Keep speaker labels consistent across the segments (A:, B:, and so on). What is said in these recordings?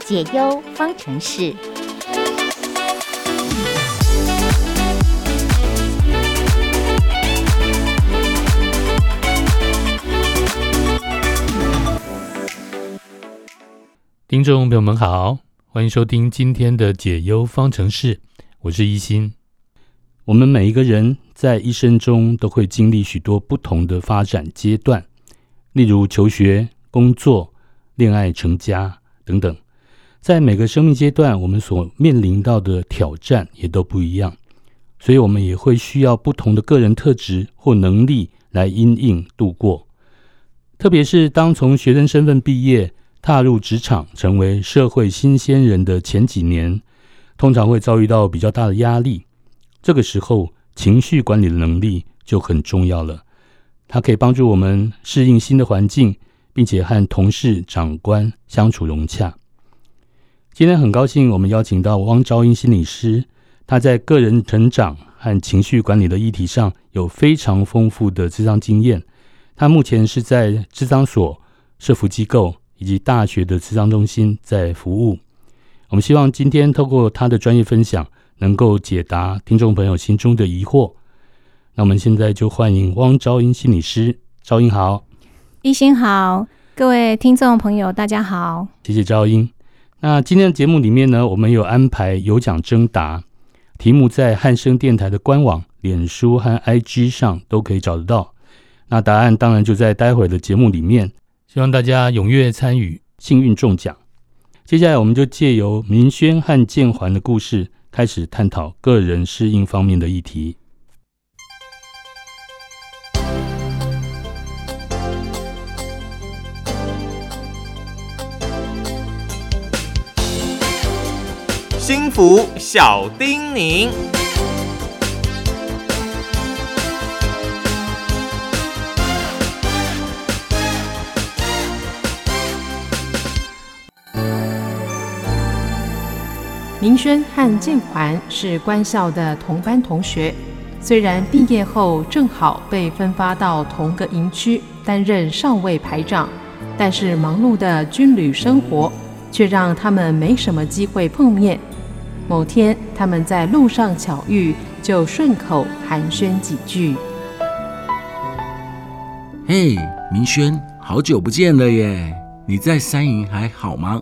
A: 解忧方程式。
B: 听众朋友们好，欢迎收听今天的解忧方程式，我是一心。我们每一个人在一生中都会经历许多不同的发展阶段，例如求学、工作、恋爱、成家等等。在每个生命阶段，我们所面临到的挑战也都不一样，所以我们也会需要不同的个人特质或能力来因应度过。特别是当从学生身份毕业，踏入职场，成为社会新鲜人的前几年，通常会遭遇到比较大的压力。这个时候，情绪管理的能力就很重要了。它可以帮助我们适应新的环境，并且和同事、长官相处融洽。今天很高兴，我们邀请到汪昭英心理师，她在个人成长和情绪管理的议题上有非常丰富的智商经验。她目前是在智商所、社服机构以及大学的智商中心在服务。我们希望今天透过她的专业分享，能够解答听众朋友心中的疑惑。那我们现在就欢迎汪昭英心理师，昭英好。
C: 一心好，各位听众朋友，大家好。
B: 谢谢赵英。那今天的节目里面呢，我们有安排有奖征答，题目在汉声电台的官网、脸书和 IG 上都可以找得到。那答案当然就在待会的节目里面，希望大家踊跃参与，幸运中奖。接下来我们就借由明轩和建环的故事，开始探讨个人适应方面的议题。
D: 幸福小叮咛。
E: 明轩和建环是官校的同班同学，虽然毕业后正好被分发到同个营区担任上尉排长，但是忙碌的军旅生活却让他们没什么机会碰面。某天，他们在路上巧遇，就顺口寒暄几句。
F: 嘿，明轩，好久不见了耶！你在三营还好吗？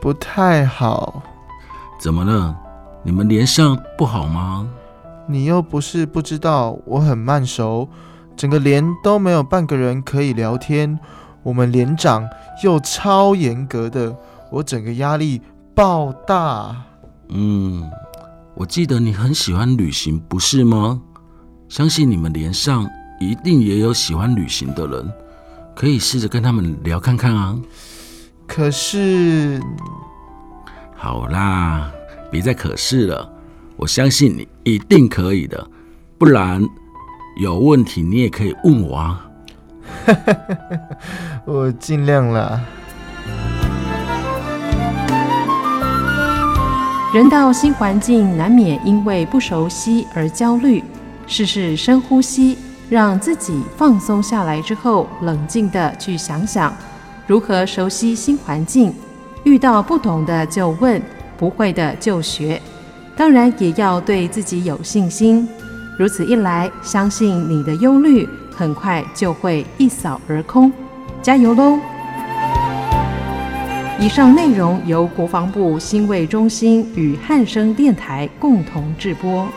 G: 不太好。
F: 怎么了？你们连上不好吗？
G: 你又不是不知道，我很慢熟，整个连都没有半个人可以聊天。我们连长又超严格的，我整个压力爆大。
F: 嗯，我记得你很喜欢旅行，不是吗？相信你们连上一定也有喜欢旅行的人，可以试着跟他们聊看看啊。
G: 可是
F: 好啦，别再可是了，我相信你一定可以的。不然有问题你也可以问我啊。
G: 我尽量啦。
E: 人到新环境，难免因为不熟悉而焦虑。试试深呼吸，让自己放松下来之后，冷静地去想想如何熟悉新环境。遇到不懂的就问，不会的就学。当然，也要对自己有信心。如此一来，相信你的忧虑很快就会一扫而空。加油喽！以上内容由国防部新卫中心与汉声电台共同制播。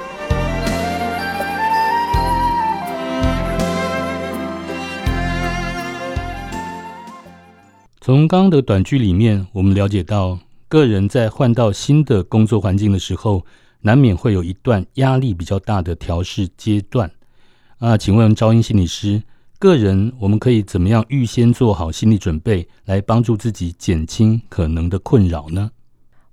B: 从刚刚的短剧里面，我们了解到，个人在换到新的工作环境的时候，难免会有一段压力比较大的调试阶段。啊，请问招英心理师，个人我们可以怎么样预先做好心理准备，来帮助自己减轻可能的困扰呢？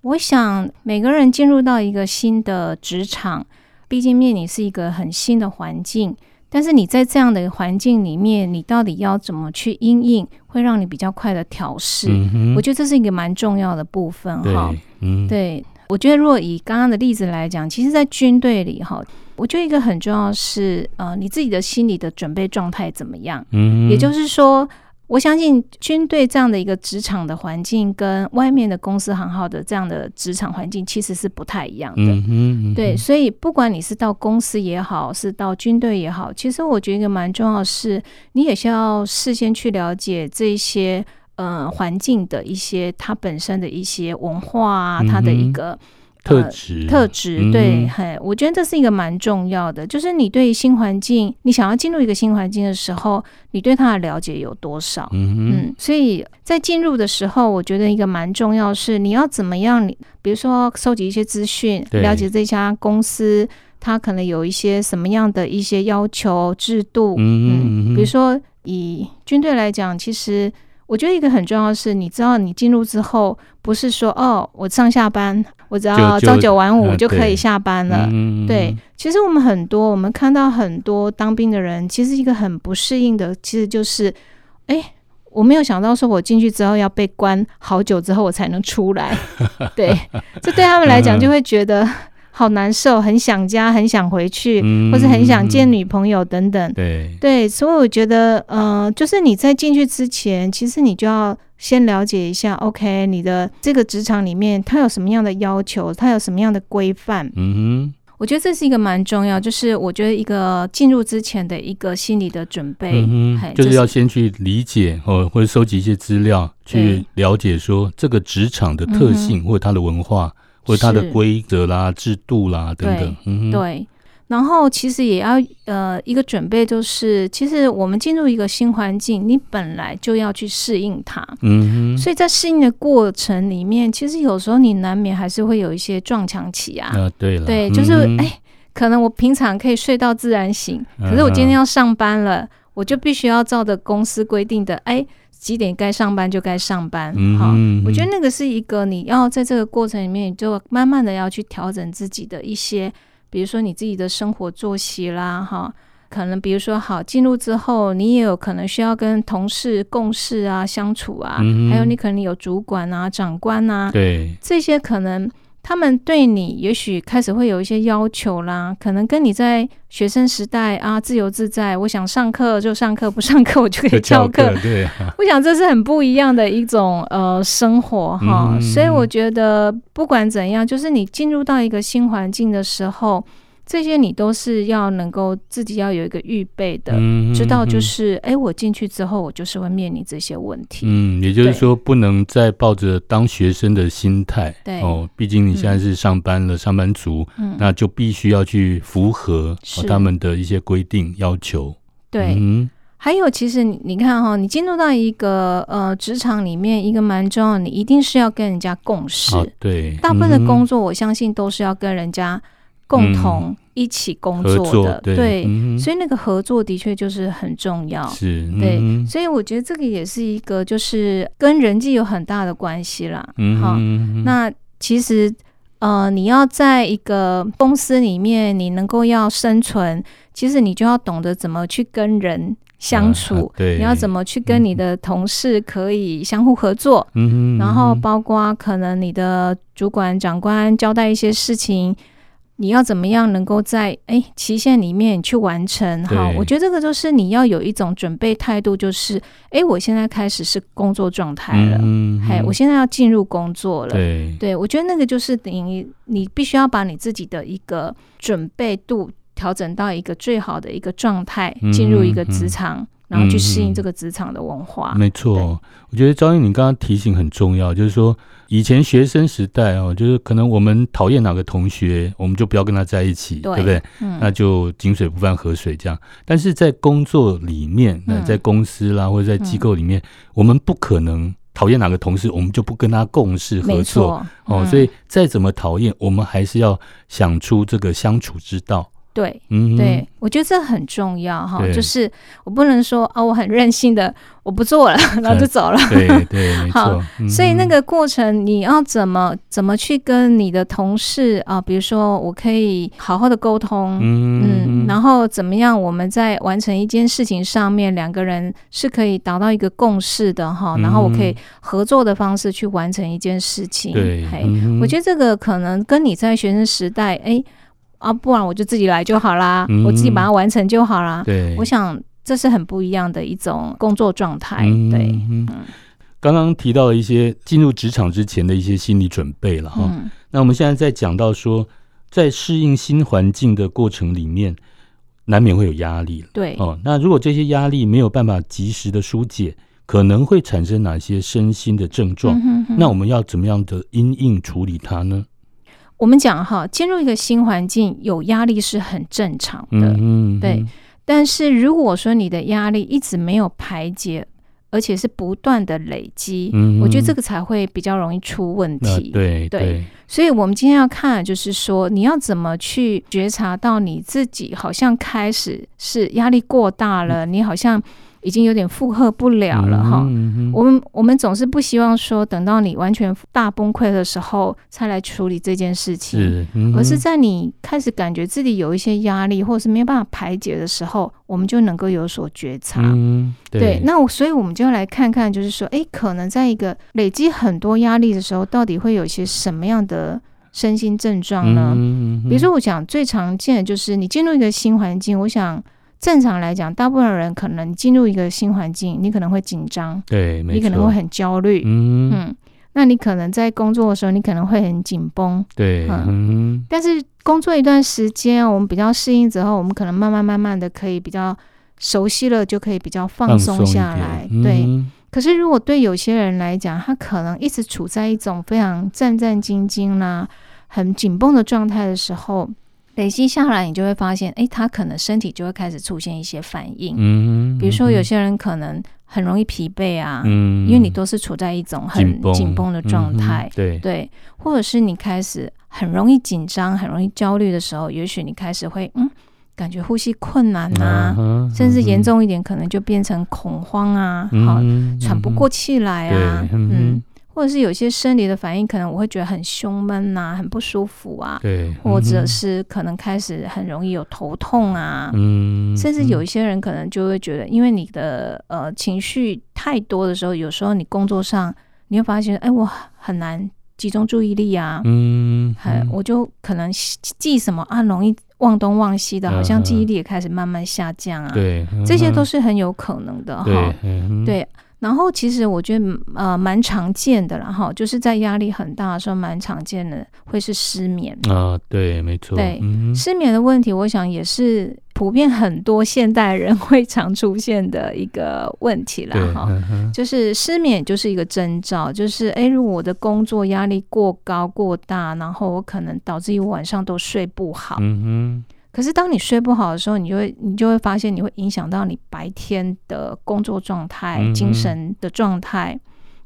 C: 我想每个人进入到一个新的职场，毕竟面临是一个很新的环境，但是你在这样的环境里面，你到底要怎么去应应，会让你比较快的调试？
B: 嗯哼
C: 我觉得这是一个蛮重要的部分哈。
B: 对，嗯，
C: 对，我觉得如果以刚刚的例子来讲，其实，在军队里哈，我觉得一个很重要是，呃，你自己的心理的准备状态怎么样？
B: 嗯哼，
C: 也就是说，我相信军队这样的一个职场的环境，跟外面的公司行号的这样的职场环境其实是不太一样的。
B: 嗯哼嗯哼，
C: 对，所以不管你是到公司也好，是到军队也好，其实我觉得一个蛮重要的是，你也是要事先去了解这一些呃环境的一些它本身的一些文化啊，它的
B: 嗯哼
C: 一个
B: 特
C: 呃
B: 质
C: 特质
B: 嗯
C: 对，很，我觉得这是一个蛮重要的，就是你对于新环境，你想要进入一个新环境的时候，你对它的了解有多少？
B: 嗯哼
C: 嗯，所以在进入的时候，我觉得一个蛮重要是你要怎么样，你比如说收集一些资讯，
B: 对
C: 了解这家公司它可能有一些什么样的一些要求制度，
B: 嗯嗯嗯
C: 比如说以军队来讲，其实我觉得一个很重要的是，你知道你进入之后，不是说哦，我上下班我只要
B: 就
C: 朝九晚五
B: 呃
C: 就可
B: 对
C: 以下班了，
B: 嗯嗯
C: 对，其实我们很多，我们看到很多当兵的人，其实一个很不适应的，其实就是，哎、我没有想到说我进去之后要被关好久之后我才能 出来，对，这对他们来讲就会觉得好难受，很想家，很想回去，
B: 嗯
C: 或是很想见女朋友等等。
B: 对，
C: 对，所以我觉得，呃，就是你在进去之前，其实你就要先了解一下，OK，你的这个职场里面它有什么样的要求，它有什么样的规范，
B: 嗯
C: 我觉得这是一个蛮重要，就是我觉得一个进入之前的一个心理的准
B: 哼，
C: 备，
B: 嗯
C: 哎嘿
B: 哼，就是要先去理解哦，或者收集一些资料，去
C: 对嗯
B: 了解说这个职场的特性，或者它的文化，或者它的
C: 是
B: 规则啦、制度啦等等
C: 对。
B: 嗯哼，
C: 对。然后其实也要呃一个准备，就是其实我们进入一个新环境，你本来就要去适应它，
B: 嗯哼，
C: 所以在适应的过程里面，其实有时候你难免还是会有一些撞墙期啊。
B: 那对了，
C: 对，就是
B: 嗯哼
C: 哎、可能我平常可以睡到自然醒，
B: 嗯
C: 可是我今天要上班了，我就必须要照着公司规定的，哎、几点该上班就该上班，
B: 嗯
C: 哈、
B: 哼
C: 我觉得那个是一个你要在这个过程里面，你就慢慢的要去调整自己的一些，比如说你自己的生活作息啦，哈。可能比如说，好进入之后，你也有可能需要跟同事共事啊、相处啊，
B: 嗯哼
C: 还有你可能有主管啊、长官啊，
B: 对，
C: 这些可能他们对你也许开始会有一些要求啦，可能跟你在学生时代啊自由自在，我想上课就上课，不上课我就可以
B: 就
C: 翘
B: 翘
C: 课。
B: 课，对啊，
C: 我想这是很不一样的一种呃生活哈，
B: 嗯
C: 所以我觉得不管怎样，就是你进入到一个新环境的时候，这些你都是要能够自己要有一个预备 的，
B: 嗯
C: 知道就
B: 嗯
C: 是哎、诶我进去之后我就是会面临这些问题，
B: 嗯，也就是
C: 对
B: 说，不能再抱着当学生的心态
C: 对
B: 哦。毕竟你现在是上班了，上班族，
C: 嗯，
B: 那就必须要去符合、哦、
C: 是
B: 他们的一些规定要求。
C: 对。
B: 嗯
C: 还有，其实你你看哈、你进入到一个呃职场里面，一个蛮重要的，你一定是要跟人家共事。
B: 哼，啊，对，
C: 大部分的
B: 嗯哼
C: 工作，我相信都是要跟人家共同一起工
B: 嗯合
C: 作的，
B: 对，嗯哼
C: 所以那个合作的确就是很重要。
B: 是，
C: 对，
B: 嗯哼
C: 所以我觉得这个也是一个，就是跟人际有很大的关系啦。
B: 嗯
C: 好，
B: 哼，
C: 那其实呃，你要在一个公司里面，你能够要生存，其实你就要懂得怎么去跟人相处，
B: 啊对
C: 你要怎么去跟你的同事可以相互合作，
B: 嗯哼，
C: 然后
B: 嗯哼
C: 包括可能你的主管、长官交代一些事情。你要怎么样能够在哎期限里面去完成哈？
B: 对
C: 我觉得这个就是你要有一种准备态度，就是哎，我现在开始是工作状态了，
B: 嗯哼
C: 嘿，我现在要进入工作了，
B: 对，
C: 对，我觉得那个就是等于你必须要把你自己的一个准备度调整到一个最好的一个状态，
B: 嗯
C: 进入一个职场，然后去适应这个职场的文化。
B: 没错，我觉得张英，你刚刚提醒很重要，就是说以前学生时代哦，就是可能我们讨厌哪个同学，我们就不要跟他在一起，
C: 对
B: 不对？
C: 嗯，
B: 那就井水不犯河水这样。但是在工作里面，那
C: 嗯
B: 在公司啦，或者在机构里面，我们不可能讨厌哪个同事，我们就不跟他共事合
C: 没
B: 作
C: 错。
B: 哦。
C: 嗯
B: 所以再怎么讨厌，我们还是要想出这个相处之道。
C: 对。
B: 嗯哼，
C: 对，我觉得这很重要哈，
B: 对
C: 就是我不能说啊，我很任性的，我不做了，然后就走了。
B: 对对，没
C: 好
B: 错。嗯
C: 所以那
B: 哼
C: 个过程，你要怎么怎么去跟你的同事啊、比如说我可以好好的沟通，
B: 嗯
C: 嗯，然后怎么样？我们在完成一件事情上面，两个人是可以达到一个共识的哈。然后我可以
B: 嗯
C: 合作的方式去完成一件事情。
B: 对，
C: 嘿
B: 嗯
C: 我
B: 哼
C: 觉得这个可能跟你在学生时代，哎啊，不然我就自己来就好啦，
B: 嗯
C: 我自己把它完成就好啦。
B: 对，
C: 我想这是很不一样的一种工作状态。对，
B: 嗯嗯刚刚提到了一些进入职场之前的一些心理准备了哈。
C: 嗯
B: 那我们现在在讲到说，在适应新环境的过程里面，难免会有压力了
C: 对，
B: 哦。那如果这些压力没有办法及时的疏解，可能会产生哪些身心的症状？
C: 嗯哼哼
B: 那我们要怎么样的因应处理它呢？
C: 我们讲哈，进入一个新环境有压力是很正常的。
B: 嗯嗯，
C: 对但是如果说你的压力一直没有排解，而且是不断的累积，
B: 嗯
C: 我觉得这个才会比较容易出问
B: 那
C: 题。
B: 对对
C: 对，所以我们今天要看的就是说，你要怎么去觉察到你自己好像开始是压力过大了，你好像已经有点负荷不了了哈。
B: 嗯嗯嗯嗯
C: 我们我们总是不希望说等到你完全大崩溃的时候才来处理这件事情，
B: 嗯是，
C: 而是在你开始感觉自己有一些压力，或是没有办法排解的时候，我们就能够有所觉察。
B: 嗯，
C: 对，那我所以我们就来看看，就是说，诶，可能在一个累积很多压力的时候，到底会有一些什么样的身心症状呢？
B: 嗯
C: 比如说，我想最常见的就是你进入一个新环境，我想正常来讲，大部分人可能进入一个新环境，你可能会紧张，
B: 对，没
C: 你可能
B: 错
C: 会很焦虑，
B: 嗯
C: 嗯那你可能在工作的时候，你可能会很紧绷，
B: 对，嗯
C: 但是工作一段时间，我们比较适应之后，我们可能慢慢慢慢的可以比较熟悉了，就可以比较放松
B: 一
C: 下
B: 点
C: 来。对，
B: 嗯
C: 可是如果对有些人来讲，他可能一直处在一种非常战战兢兢啦、很紧绷的状态的时候，累积下来，你就会发现，诶，他可能身体就会开始出现一些反应，
B: 嗯，
C: 比如说有
B: 嗯
C: 些人可能很容易疲惫啊，
B: 嗯，
C: 因为你都是处在一种很紧绷的状态
B: 嗯，对，
C: 对，或者是你开始很容易紧张、很容易焦虑的时候，也许你开始会嗯，感觉呼吸困难啊，
B: 啊
C: 甚至严重一点，可能就变成恐慌啊，
B: 嗯
C: 好、喘不过气来啊
B: 对，嗯哼
C: 嗯，或者是有些生理的反应，可能我会觉得很胸闷呐、很不舒服啊，
B: 对，嗯
C: 或者是可能开始很容易有头痛啊，
B: 嗯，
C: 甚至有一些人可能就会觉得，因为你的呃情绪太多的时候，有时候你工作上你会发现，哎，我很难集中注意力啊，
B: 嗯，
C: 还、我就可能记记什么啊，容易忘东忘西的，好像记忆力也开始慢慢下降啊。，
B: 嗯对，嗯
C: 这些都
B: 是
C: 是很有可能的哈
B: 对。，嗯
C: 啊对然后其实我觉得呃蛮常见的啦哈，就是在压力很大的时候，蛮常见的会是失眠。
B: 啊，对，没错，
C: 对
B: 嗯
C: 失眠的问题，我想也是普遍很多现代人 会常出现的一个问题啦
B: 对，嗯
C: 哈。就是失眠就是一个征兆，就是诶，如果我的工作压力过高过大，然后我可能导致于晚上都睡不好。
B: 嗯
C: 可是当你睡不好的时候，你就会你就会发现你会影响到你白天的工作状态、
B: 嗯哼
C: 精神的状态。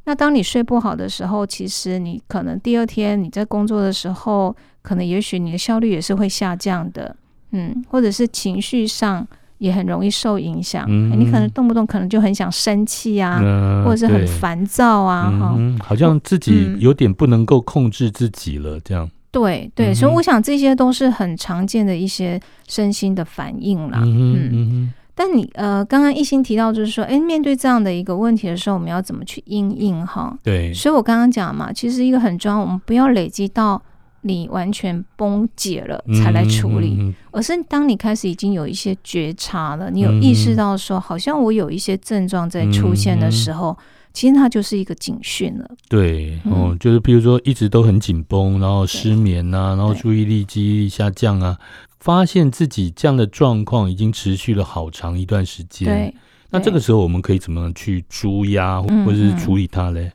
C: 那当你睡不好的时候，其实你可能第二天你在工作的时候，可能也许你的效率也是会下降的，嗯，或者是情绪上也很容易受影响。哎
B: 嗯
C: 你可能动不动可能就很想生气啊，
B: 哼，
C: 或者是很烦躁啊，哈、嗯
B: 嗯，好像自己有点不能够控制自己了，这样，
C: 对
B: 嗯
C: 对，
B: 哼
C: 所以我想这些都是很常见的一些身心的反应啦。
B: 嗯
C: 但你呃，刚刚一心提到就是说，哎，面对这样的一个问题的时候，我们要怎么去应应哈？
B: 对，
C: 所以我刚刚讲嘛，其实一个很重要，我们不要累积到你完全崩解了
B: 嗯
C: 才来处理，而是当你开始已经有一些觉察了，你有
B: 嗯
C: 意识到说，好像我有一些症状在出现
B: 嗯
C: 的时候，其实它就是一个警讯了。
B: 对，
C: 嗯
B: 哦，就是比如说一直都很紧绷，然后失眠呐、
C: 嗯
B: 然后注意力、记忆力下降啊，发现自己这样的状况已经持续了好长一段时间。，
C: 对，
B: 那
C: 对
B: 这个时候我们可以怎么样去舒压，
C: 嗯
B: 或者是处理它嘞？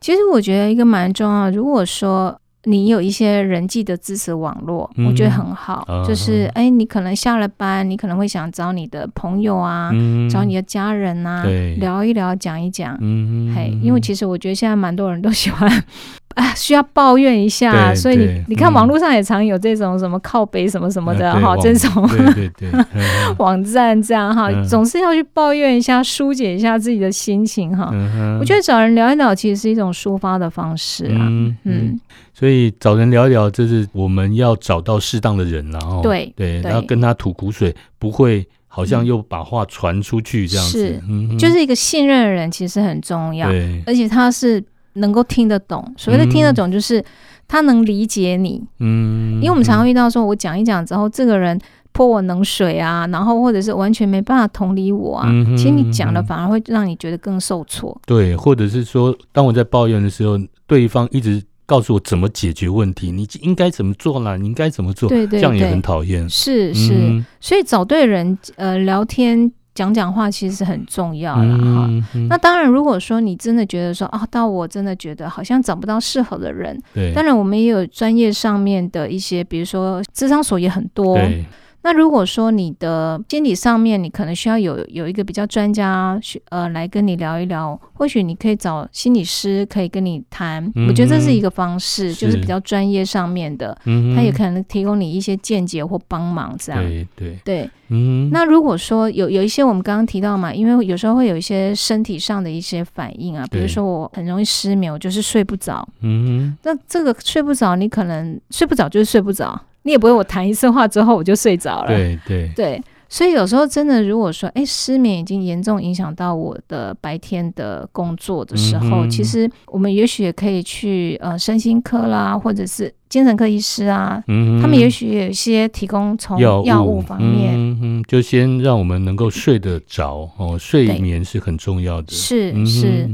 C: 其实我觉得一个蛮重要的，如果说你有一些人际的支持网络，
B: 嗯
C: 我觉得很好。
B: 啊
C: 就是哎，你可能下了班，你可能会想找你的朋友啊，
B: 嗯，
C: 找你的家人啊
B: 对，
C: 聊一聊，讲一讲。
B: 嗯，嗯，
C: 嘿，因为其实我觉得现在蛮多人都喜欢 啊，需要抱怨一下，
B: 对
C: 所以你
B: 对
C: 你看
B: 嗯
C: 网络上也常有这种什么靠北什么什么的
B: 呃对
C: 哈，
B: 网
C: 这种
B: 对对 对，嗯
C: 网站这样哈，
B: 嗯
C: 总是要去抱怨一下，疏解一下自己的心情哈。
B: 嗯哼
C: 我觉得找人聊一聊其实是一种抒发的方式啊。
B: 嗯
C: 嗯，
B: 所以找人聊一聊，这是我们要找到适当的人啦，然后
C: 对
B: 对，
C: 对嗯
B: 然后跟他吐苦水，不会好像又把话传出去这样子，
C: 是
B: 嗯哼
C: 就是一个信任的人其实很重要，
B: 对，
C: 而且他是能够听得懂。所谓的听得懂，就是他能理解你，
B: 嗯，
C: 因为我们常
B: 嗯
C: 常遇到说，我讲一讲之后，这个人。泼我冷水啊，然后或者是完全没办法同理我啊，
B: 嗯哼
C: 其实你
B: 嗯
C: 讲了
B: 哼
C: 反而会让你觉得更受挫。
B: 对，或者是说，当我在抱怨的时候，对方一直告诉我怎么解决问题，你应该怎么做啦，你应该怎么做，
C: 对对
B: 这样也
C: 对
B: 很讨厌。
C: 是是，
B: 嗯
C: 所以找对人呃聊天讲讲话其实很重要啦。哈、
B: 哼嗯
C: 那
B: 哼
C: 当然，如果说你真的觉得说啊，到我真的觉得好像找不到适合的人，
B: 对，
C: 当然我们也有专业上面的一些，比如说智商所也很多。
B: 对，
C: 那如果说你的心理上面，你可能需要有有一个比较专家去呃来跟你聊一聊，或许你可以找心理师可以跟你谈，我觉得这是一个方式，
B: 嗯是
C: 就是比较专业上面的，
B: 嗯哼
C: 他也可能提供你一些见解或帮忙这样。
B: 对对，
C: 对，
B: 嗯哼，
C: 那如果说有有一些我们刚刚提到嘛，因为有时候会有一些身体上的一些反应啊，比如
B: 对
C: 说我很容易失眠，我就是睡不着。
B: 嗯
C: 那这个睡不着，你可能睡不着就是睡不着，你也不会我谈一次话之后我就睡着
B: 哼，
C: 了。
B: 对对，
C: 对所以有时候真的，如果说哎失眠已经严重影响到我的白天的工作的时
B: 嗯
C: 候，
B: 哼
C: 其实我们也许也可以去呃身心科啦，或者是精神科医师啊，
B: 嗯哼，
C: 他们也许有一些提供从
B: 药
C: 药物方面。
B: 嗯哼，就先让我们能够睡得着哦，睡
C: 对
B: 眠是很重要的。
C: 是
B: 嗯哼
C: 是，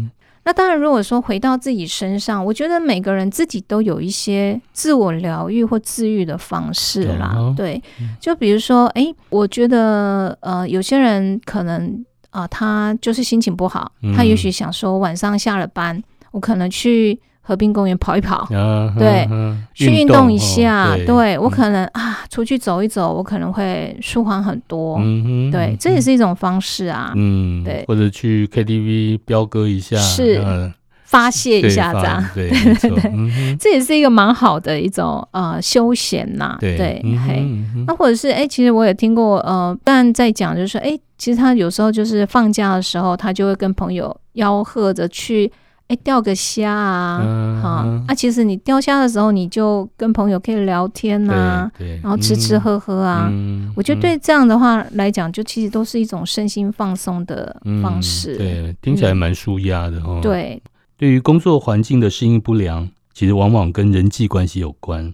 C: 那当然，如果说回到自己身上，我觉得每个人自己都有一些自我疗愈或治愈的方式啦。
B: 哦
C: 对，就比如说，诶，我觉得呃，有些人可能啊、呃他就是心情不好，
B: 嗯
C: 他也许想说晚上下了班，我可能去河滨公园跑一跑。
B: 啊，
C: 对
B: 哼哼
C: 去运动一下，
B: 哦
C: 对我可能、啊，出去走一走，我可能会舒缓很多。
B: 嗯哼，
C: 对，这也是一种方式啊，
B: 嗯，
C: 对
B: 或者去 KTV 飙歌一下，
C: 是
B: 嗯
C: 发泄一
B: 对
C: 下
B: 发
C: 这样。
B: 对没错，嗯 哼
C: 这也是一个蛮好的一种呃休闲呐、
B: 对嗯哼
C: 嘿。
B: 嗯
C: 那
B: 哼
C: 或者是哎、其实我也听过，呃，但在讲就是说，哎、其实他有时候就是放假的时候，他就会跟朋友吆喝着去，哎、钓个虾啊，
B: 嗯
C: 哈、
B: 哼
C: 啊，其实你钓虾的时候，你就跟朋友可以聊天呐、
B: 对对，
C: 然后吃吃喝喝啊，
B: 嗯，嗯
C: 我觉得对这样的话来讲，就其实都是一种身心放松的方式，
B: 嗯对，听起来
C: 嗯
B: 蛮舒压的哦。
C: 对
B: 对于工作环境的适应不良，其实往往跟人际关系有关。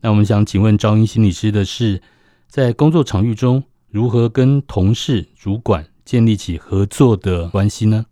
B: 那我们想请问张英心理师的是，在工作场域中如何跟同事、主管建立起合作的关系呢？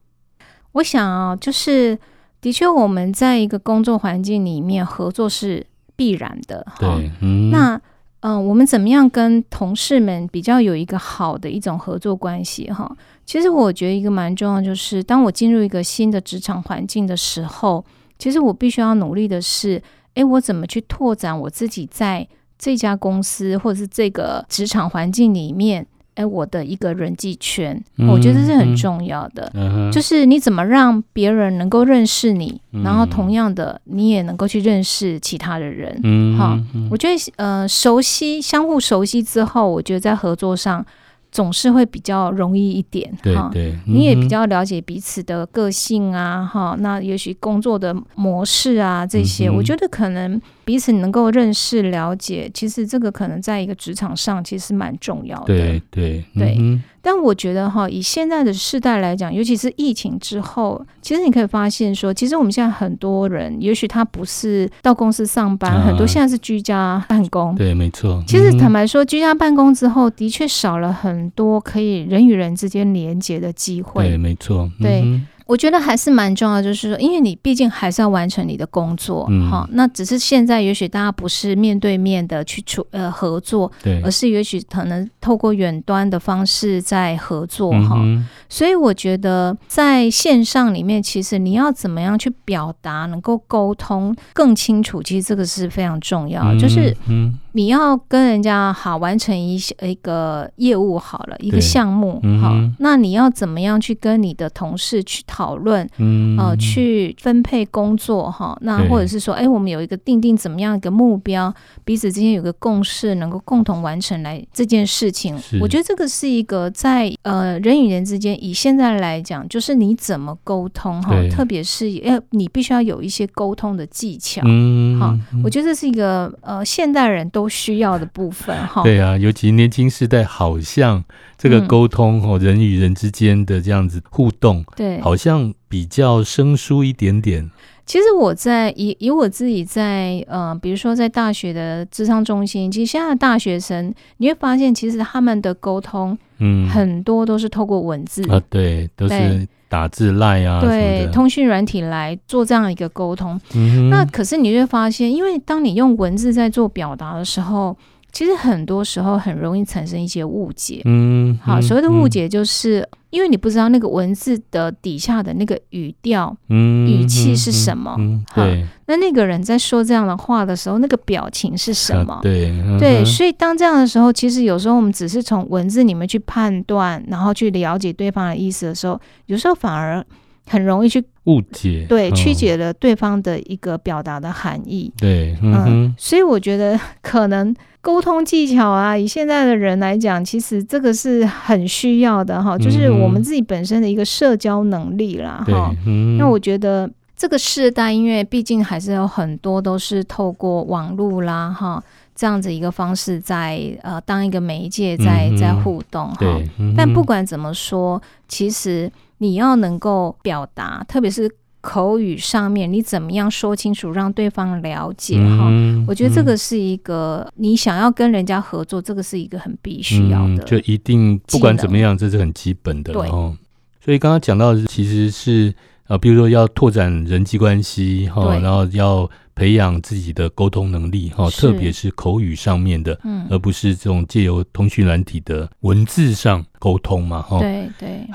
C: 我想啊，就是的确，我们在一个工作环境里面合作是必然的。哈，
B: 对，嗯，
C: 那嗯、呃我们怎么样跟同事们比较有一个好的一种合作关系？哈，其实我觉得一个蛮重要，就是当我进入一个新的职场环境的时候，其实我必须要努力的是，诶，我怎么去拓展我自己在这家公司或者是这个职场环境里面，诶，我的一个人际圈，
B: 嗯
C: 我觉得这是
B: 嗯
C: 很重要的。
B: 嗯哼
C: 就是你怎么让别人能够认识你，
B: 嗯
C: 然后同样的，你也能够去认识其他的人。
B: 嗯
C: 好
B: 嗯
C: 我觉得呃，熟悉相互熟悉之后，我觉得在合作上总是会比较容易一点
B: 对
C: 哈。
B: 对，
C: 你也
B: 嗯哼
C: 比较了解彼此的个性啊，哈，那也许工作的模式啊，这些，
B: 嗯哼
C: 我觉得可能彼此能够认识、了解，其实这个可能在一个职场上其实蛮重要的。
B: 对对
C: 对
B: 嗯
C: 但我觉得哈，以现在的世代来讲，尤其是疫情之后，其实你可以发现说，其实我们现在很多人，也许他不是到公司上班，
B: 啊
C: 很多现在是居家办公
B: 哼。对，没错。
C: 其实
B: 嗯哼
C: 坦白说，居家办公之后，的确少了很多可以人与人之间连接的机
B: 对，
C: 会。
B: 没错，
C: 对
B: 嗯
C: 我觉得还是蛮重要的，就是说，因为你毕竟还是要完成你的工作，
B: 嗯
C: 哈、那只是现在也许大家不是面对面的去处呃合作，
B: 哼对
C: 而，是也许可能透过远端的方式在合作
B: 嗯
C: 哈、
B: 哼
C: 所以我觉得在线上里面，其实你要怎么样去表达，能够沟通更清楚，其实这个是非常重要的。就是
B: 嗯
C: 你要跟人家好完成一些一个业务好了，一
B: 对
C: 个项目
B: 嗯
C: 好
B: 哼，
C: 那你要怎么样去跟你的同事去讨论？
B: 嗯
C: 呃，去分配工作哈，那
B: 对
C: 或者是说，哎、我们有一个定定怎么样一个目标，彼此之间有个共识，能够共同完成来这件事情
B: 是。
C: 我觉得这个是一个在呃人与人之间，以现在来讲，就是你怎么沟通哈
B: 对，
C: 特别是要你必须要有一些沟通的技巧。
B: 嗯
C: 好
B: 嗯
C: 我觉得这是一个呃现代人都需要的部分哈。
B: 对啊，尤其年轻时代，好像这个
C: 哦嗯
B: 沟通哦，人与人之间的这样子互动，
C: 对
B: 好像比较生疏一点点。
C: 其实我在以以我自己在呃，比如说在大学的智商中心，其实现在的大学生，你会发现其实他们的沟通
B: 嗯，
C: 很多都是透过文字，
B: 啊，对，都是
C: 对
B: 打字赖啊什么
C: 对
B: 的。
C: 通讯软体来做这样一个沟通。
B: 嗯哼
C: 那可是你会发现，因为当你用文字在做表达的时候，其实很多时候很容易产生一些误解。
B: 嗯，
C: 好，
B: 嗯
C: 所谓的误，解就是因为你不知道那个文字的底下的那个语调，
B: 嗯，
C: 语气是什么
B: 嗯，
C: 哈
B: 嗯
C: 那那个人在说这样的话的时候，那个表情是
B: 对，
C: 什
B: 啊
C: 么？
B: 对，嗯
C: 对，
B: 哼
C: 所以当这样的时候，其实有时候我们只是从文字里面去判断，然后去了解对方的意思的时候，有时候反而很容易去
B: 误解，
C: 对
B: 嗯
C: 曲，解了对方的一个表达的含义。
B: 对，嗯哼，
C: 所以我觉得 可能沟通技巧啊，以现在的人来讲，其实这个是很需要的哈，就是我
B: 嗯哼
C: 们自己本身的一个社交能力啦
B: 对
C: 哈。，
B: 嗯，
C: 那我觉得这个世代，因为毕竟还是有很多都是透过网络啦哈这样子一个方式在呃当一个媒介在
B: 嗯哼
C: 在互动哈。
B: 对，嗯
C: 但
B: 哼
C: 不管怎么说，其实你要能够表达，特别是口语上面，你怎么样说清楚，让对方了解哈。
B: 嗯
C: 我觉得这
B: 嗯
C: 个是一个，你想要跟人家合作，这个是一个很必须要的。
B: 嗯，就一定不管
C: 技能
B: 怎么样，这是很基本的了
C: 对
B: 哦。所以刚刚讲到的其实是呃，比如说要拓展人际关系哈、哦，
C: 对
B: 然后要培养自己的沟通能力哈、哦，
C: 是
B: 特别是口语上面的，
C: 嗯，
B: 而不是这种借由通讯软体的文字上沟通嘛哈、哦。
C: 对对，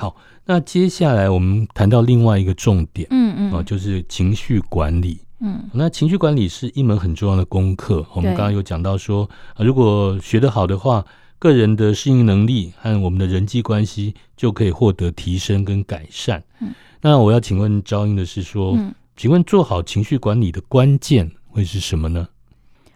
B: 那接下来我们谈到另外一个重点
C: 嗯嗯，
B: 哦，就是情绪管理。
C: 嗯
B: 那情绪管理是一门很重要的功课。我们
C: 对
B: 刚刚有讲到说，呃如果学得好的话，个人的适应能力和我们的人际关系就可以获得提升跟改善。
C: 嗯
B: 那我要请问招英的是说，
C: 嗯。
B: 请问做好情绪管理的关键会是什么呢？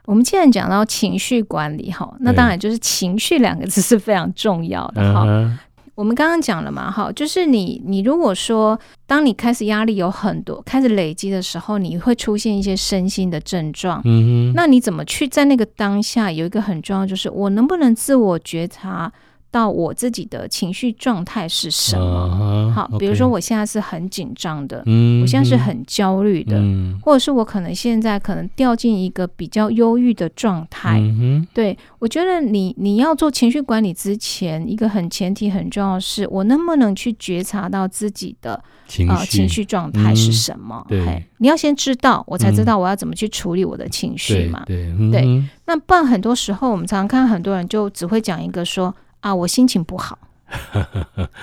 C: 我们既然讲到情绪管理哈，那
B: 对
C: 当然就是情绪两个字是非常重要的哈。
B: 嗯哼
C: 我们刚刚讲了嘛哈，就是你你如果说当你开始压力有很多开始累积的时候，你会出现一些身心的症状。
B: 嗯哼，
C: 那你怎么去在那个当下有一个很重要，就是我能不能自我觉察到我自己的情绪状态是什么？
B: 么
C: 好，比如说，我现在是很紧张的，
B: 啊嗯，
C: 我现在是很焦虑的，
B: 嗯
C: 或者是我可能现在可能掉进一个比较忧郁的状态。
B: 嗯哼，
C: 对，我觉得你你要做情绪管理之前，一个很前提很重要的是，我能不能去觉察到自己的
B: 情
C: 呃
B: 绪，
C: 情绪状态是
B: 嗯
C: 什么？
B: 对
C: 嘿你要先知道，我才知
B: 嗯
C: 道我要怎么去处理我的情绪
B: 对
C: 嘛。
B: 对嗯
C: 对
B: 哼
C: 那不然很多时候我们常常看很多人就只会讲一个说啊，我心情 不好，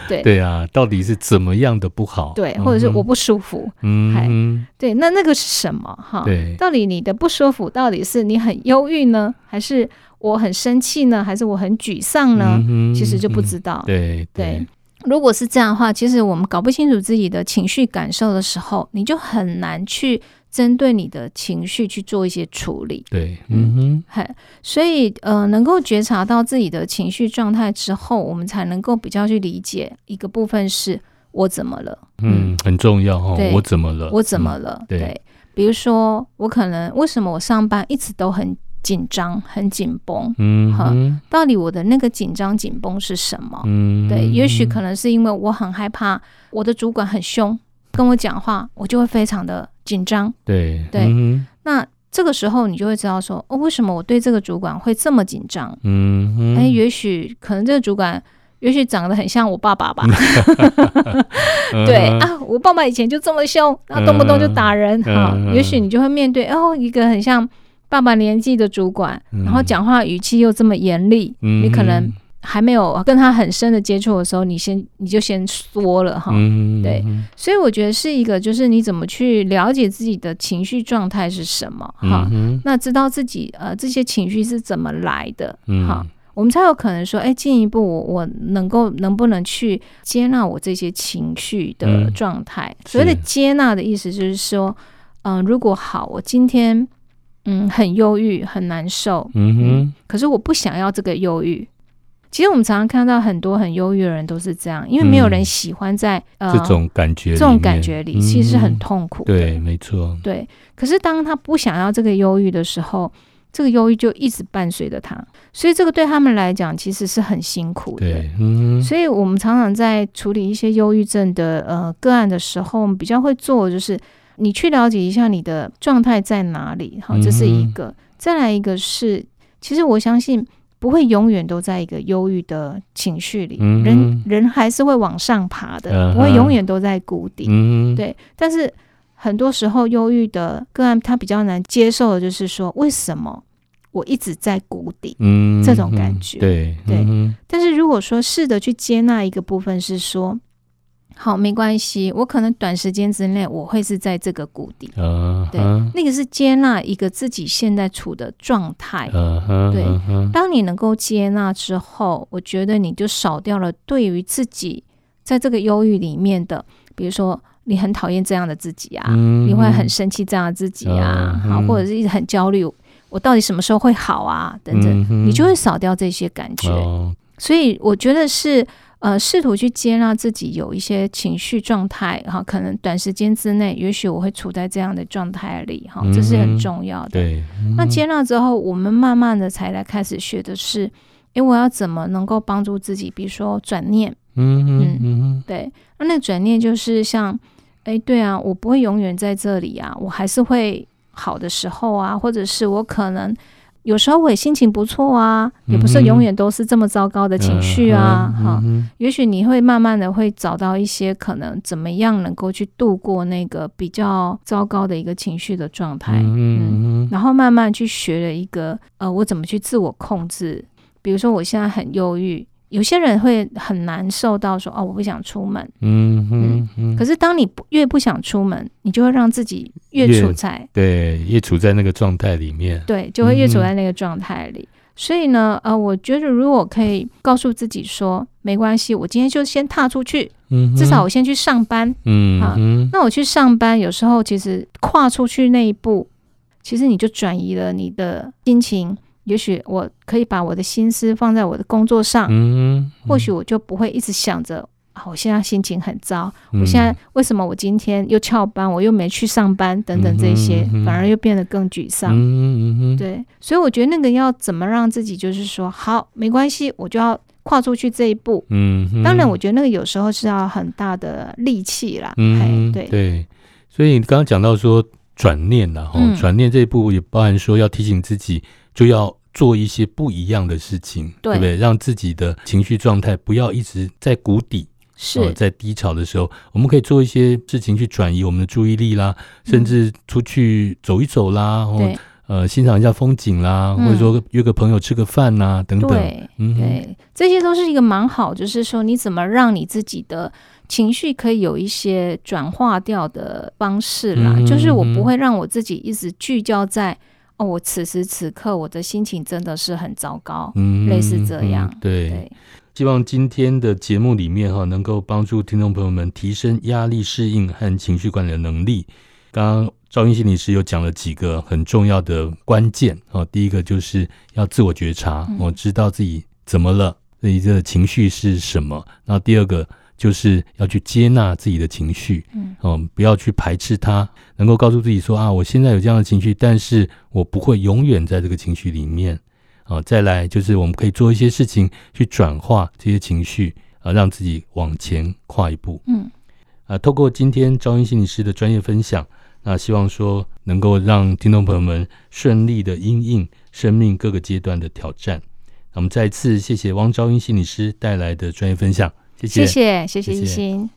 C: 对
B: 对啊，到底是怎么样的不好？
C: 对，或者是
B: 嗯哼
C: 我不舒服，
B: 嗯
C: 嗨
B: 哼，
C: 对，那那个是什么哈？
B: 对
C: 到底你的不舒服到底是你很忧郁呢，还是我很生气呢，还是我很沮丧呢？
B: 嗯哼
C: 其实就不
B: 嗯
C: 知道。
B: 对
C: 对，如果是这样的话，其实我们搞不清楚自己的情绪感受的时候，你就很难去针对你的情绪去做一些处理。
B: 对，嗯哼，
C: 嘿，所以呃，能够觉察到自己的情绪状态之后，我们才能够比较去理解一个部分是我怎么了，
B: 嗯，很重要哈。
C: 对
B: 我怎么了？
C: 我怎么
B: 嗯？
C: 了？
B: 对
C: 比如说我可能为什么我上班一直都很紧张、很紧绷，
B: 嗯
C: 好
B: 哼，
C: 到底我的那个紧张、紧绷是什么？
B: 嗯，
C: 对，也许可
B: 能
C: 能是因为我很害怕我的主管很凶，跟我讲话，我就会非常的紧张。
B: 对
C: 对
B: 嗯哼
C: 那这个时候你就会知道说，哦，为什么我对这个主管会这么紧张？
B: 嗯哼，
C: 哎、也许可能这个主管，也许长得很像我爸爸吧。
B: 嗯
C: 对
B: 哼，
C: 啊，我爸爸以前就这么凶，然后动不动就打人
B: 嗯
C: 哈、
B: 嗯
C: 也许你就会面对哦，一个很像爸爸年纪的主管，然后
B: 嗯
C: 讲话语气又这么严厉，
B: 嗯
C: 你可
B: 哼
C: 能还没有跟他很深的接触的时候，你先你就先缩了哈。
B: 嗯，
C: 对所以我觉得是一个，就是你怎么去了解自己的情绪状态是什么哈、
B: 嗯哼，
C: 那知道自己呃这些情绪是怎么来的，
B: 嗯
C: 好，我们才有可能说，哎，进一步我我能够能不能去接纳我这些情绪的
B: 嗯
C: 状态？所谓的
B: 是
C: 接纳的意思就是说，嗯、如果好，我今天嗯很忧郁很难受，
B: 嗯哼，
C: 可是我不想要这个忧郁。其实我们常常看到很多很忧郁的人都是这样，因为没有人
B: 嗯
C: 喜欢在、呃
B: 这种感觉里面，
C: 这种感觉里，其实是很
B: 嗯
C: 痛苦的。
B: 对，没错，
C: 对，可是当他不想要这个忧郁的时候，这个忧郁就一直伴随着他，所以这个对他们来讲其实是很辛苦的。
B: 对，嗯，
C: 所以我们常常在处理一些忧郁症的呃个案的时候，我们比较会做的就是你去了解一下你的状态在哪里，好，这是
B: 嗯
C: 一个。再来一个是，其实我相信不会永远都在一个忧郁的情绪里，
B: 嗯哼
C: 人人还是会往上爬的，
B: 嗯哼
C: 不会永远都在谷底。
B: 嗯，
C: 对，但是很多时候忧郁的个案，他比较难接受的就是说，为什么我一直在谷底？
B: 嗯，
C: 这种感觉
B: 对
C: 对
B: 嗯
C: 但是如果说试着去接纳一个部分，是说，好，没关系，我可能短时间之内我会是在这个谷底，
B: 呃，
C: 对，那个是接纳一个自己现在处的状态。
B: 呃哼，
C: 对
B: 嗯哼
C: 当你能够接纳之后，我觉得你就少掉了对于自己在这个忧郁里面的，比如说你很讨厌这样的自己啊，
B: 嗯
C: 你会很生气这样的自己啊，
B: 嗯
C: 好，或者是一直很焦虑，我到底什么时候会好啊？等等，
B: 嗯哼
C: 你就会少掉这些感觉。
B: 哦，
C: 所以我觉得是呃，试图去接纳自己有一些情绪状态哈，可能短时间之内，也许我会处在这样的状态里哈，这是
B: 嗯
C: 很
B: 哼
C: 重要的。
B: 对，嗯
C: 那接纳之后，我们慢慢的才来开始学的是，诶，我要怎么能够帮助自己？比如说转念，
B: 嗯哼
C: 嗯
B: 嗯哼
C: 对，那那转念就是像，诶，对啊，我不会永远在这里啊，我还是会好的时候啊，或者是我可能。有时候我也心情不错啊，也不是
B: 嗯哼
C: 永远都是这么糟糕的情绪啊，
B: 嗯
C: 哈、
B: 哼嗯哼
C: 也许你会慢慢的会找到一些可能怎么样能够去度过那个比较糟糕的一个情绪的状态，嗯，
B: 嗯嗯
C: 然后慢慢去学了一个呃，我怎么去自我控制。比如说我现在很忧郁，有些人会很难受到说哦，我不想出门。
B: 嗯哼嗯
C: 可
B: 哼，
C: 是当你不越不想出门，你就会让自己越
B: 越
C: 处在
B: 对，也处在那个状态里面，
C: 对，就会越处
B: 嗯
C: 在那个状态里。所以呢，呃，我觉得如果可以告诉自己说，没关系，我今天就先踏出去，
B: 嗯哼，
C: 至少我先去上班，
B: 嗯
C: 啊
B: 哼，
C: 那我去上班，有时候其实跨出去那一步，其实你就转移了你的心情。也许我可以把我的心思放在我的工作上，
B: 嗯哼，
C: 或许我就不会一直想着啊，我现在心情很糟，
B: 嗯
C: 我现在为什么我今天又翘班，我又没去上班等等这些，
B: 嗯哼嗯哼
C: 反而又变得更沮丧。
B: 嗯哼嗯哼，
C: 对，所以我觉得那个要怎么让自己就是说，好，没关系，我就要跨出去这一步。
B: 嗯哼，
C: 当然，我觉得那个有时候是要很大的力气啦。
B: 嗯
C: 嘿
B: 哼，
C: 对，
B: 对，所以你刚刚讲到说转念然后
C: 嗯
B: 转念这一步也包含说要提醒自己，就要做一些不一样的事情，
C: 对
B: 不对？让自己的情绪状态不要一直在谷底，
C: 是、
B: 呃在低潮的时候，我们可以做一些事情去转移我们的注意力啦，甚至出去走一走啦，
C: 嗯对
B: 或呃欣赏一下风景啦，
C: 嗯
B: 或者说约个朋友吃个饭呐、等等。
C: 对
B: 嗯哼
C: 对，这些都是一个蛮好，就是说你怎么让你自己的情绪可以有一些转化掉的方式啦。
B: 嗯哼
C: 就是我
B: 嗯哼
C: 不会让我自己一直聚焦在哦，我此时此刻我的心情真的是很糟糕。
B: 嗯
C: 类似这样
B: 嗯对，
C: 对，
B: 希望今天的节目里面哈，能够帮助听众朋友们提升压力适应和情绪管理的能力。刚刚赵英心理师有讲了几个很重要的关键哦，第一个就是要自我觉察，
C: 嗯
B: 我知道自己怎么了，自己的情绪是什么。那第二个就是要去接纳自己的情绪，
C: 嗯
B: 嗯，不要去排斥它，能够告诉自己说啊，我现在有这样的情绪，但是我不会永远在这个情绪里面。啊，再来就是我们可以做一些事情去转化这些情绪，啊，让自己往前跨一步。
C: 嗯，
B: 啊，透过今天招英心理师的专业分享，那希望说能够让听众朋友们顺利的因应生命各个阶段的挑战。那我们再一次谢谢汪昭英心理师带来的专业分享，谢
C: 谢谢谢谢
B: 谢谢
C: 一心。